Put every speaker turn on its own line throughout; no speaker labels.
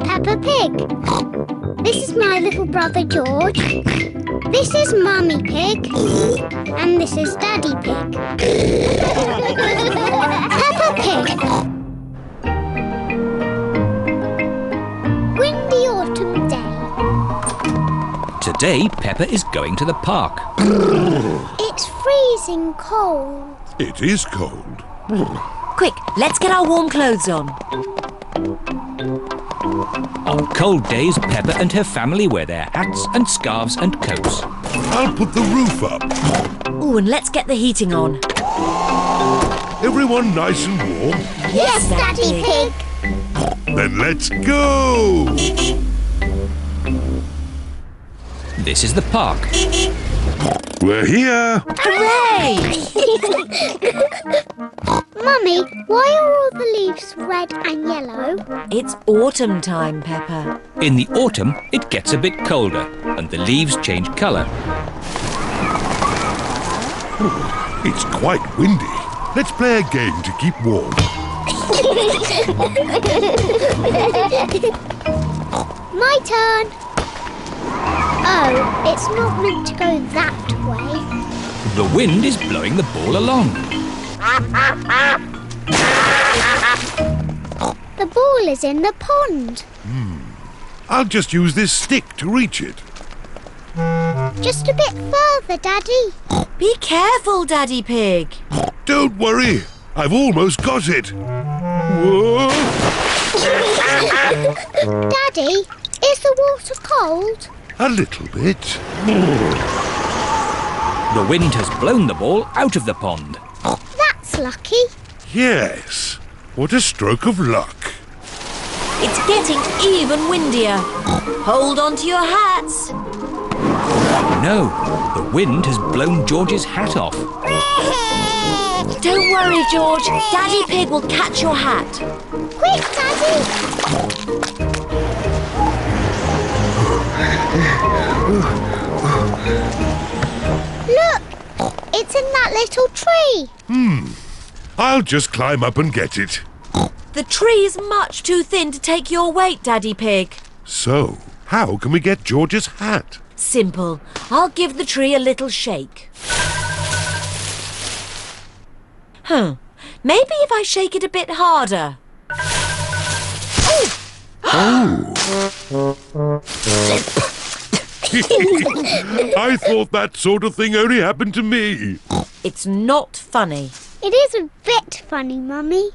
Pig. This is my little brother George. This is Mummy Pig. And this is Daddy Pig. Peppa Pig. Windy autumn day.
Today, Peppa is going to the park.
It's freezing cold.
It is cold.
Quick, let's get our warm clothes on.
On cold days, Peppa and her family wear their hats and scarves and coats.
I'll put the roof up.
Oh, and let's get the heating on.
Everyone nice and warm.
Yes, Daddy Pig.
Then let's go.
This is the park.
We're here.
Hooray!
Mummy, why are all the leaves red and yellow?
It's autumn time, Pepper.
In the autumn, it gets a bit colder and the leaves change colour.
It's quite windy. Let's play a game to keep warm.
My turn. Oh, it's not meant to go that way.
The wind is blowing the ball along.
The ball is in the pond.
I'll just use this stick to reach it.
Just a bit further, Daddy.
Be careful, Daddy Pig.
Don't worry. I've almost got it. Whoa!
Daddy, is the water cold?
A little bit.
The wind has blown the ball out of the pond.
That's lucky.
Yes. What a stroke of luck.
It's getting even windier. Hold on to your hats.
No, the wind has blown George's hat off.
Don't worry, George. Daddy Pig will catch your hat.
Quick, Daddy. Look, it's in that little tree.
I'll just climb up and get it.
The tree's much too thin to take your weight, Daddy Pig.
So, how can we get George's hat?
Simple. I'll give the tree a little shake. Huh. Maybe if I shake it a bit harder.
I thought that sort of thing only happened to me.
It's not funny.
It is a bit funny, Mummy.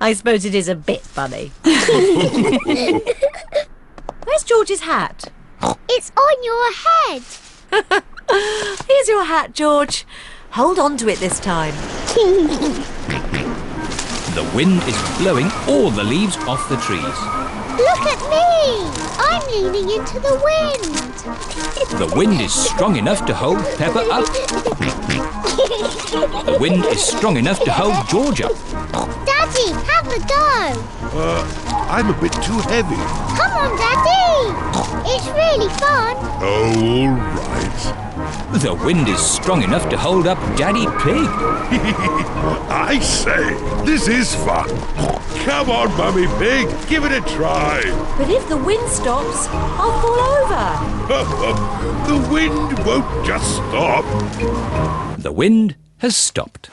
I suppose it is a bit funny. Where's George's hat?
It's on your head.
Here's your hat, George. Hold on to it this time.
The wind is blowing all the leaves off the trees.
Look at me. I'm leaning into the wind.
The wind is strong enough to hold Peppa up. The wind is strong enough to hold George up.
Daddy, have a go.
Uh, I'm a bit too heavy.
Come on, Daddy. It's really fun.
Oh, all right.
The wind is strong enough to hold up Daddy Pig.
I say, this is fun. Come on, Mummy Pig, give it a try.
But if the wind stops, I'll fall over.
the wind won't just stop.
The wind has stopped.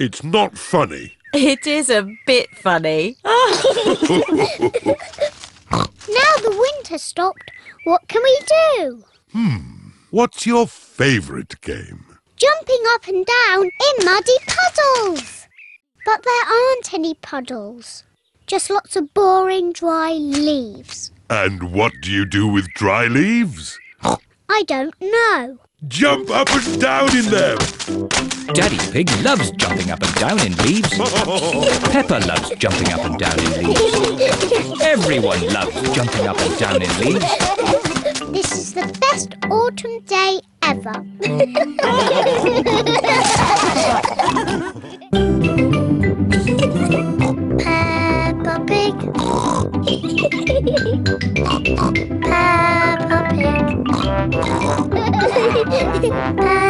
It's not funny.
It is a bit funny.
Now the wind has stopped. What can we do?
What's your favourite game?
Jumping up and down in muddy puddles. But there aren't any puddles. Just lots of boring dry leaves.
And what do you do with dry leaves?
I don't know.
Jump up and down in them.
Daddy Pig loves jumping up and down in leaves. Peppa loves jumping up and down in leaves. Everyone loves jumping up and down in leaves.
This is the best autumn day ever. Peppa Pig. Peppa Pig. Peppa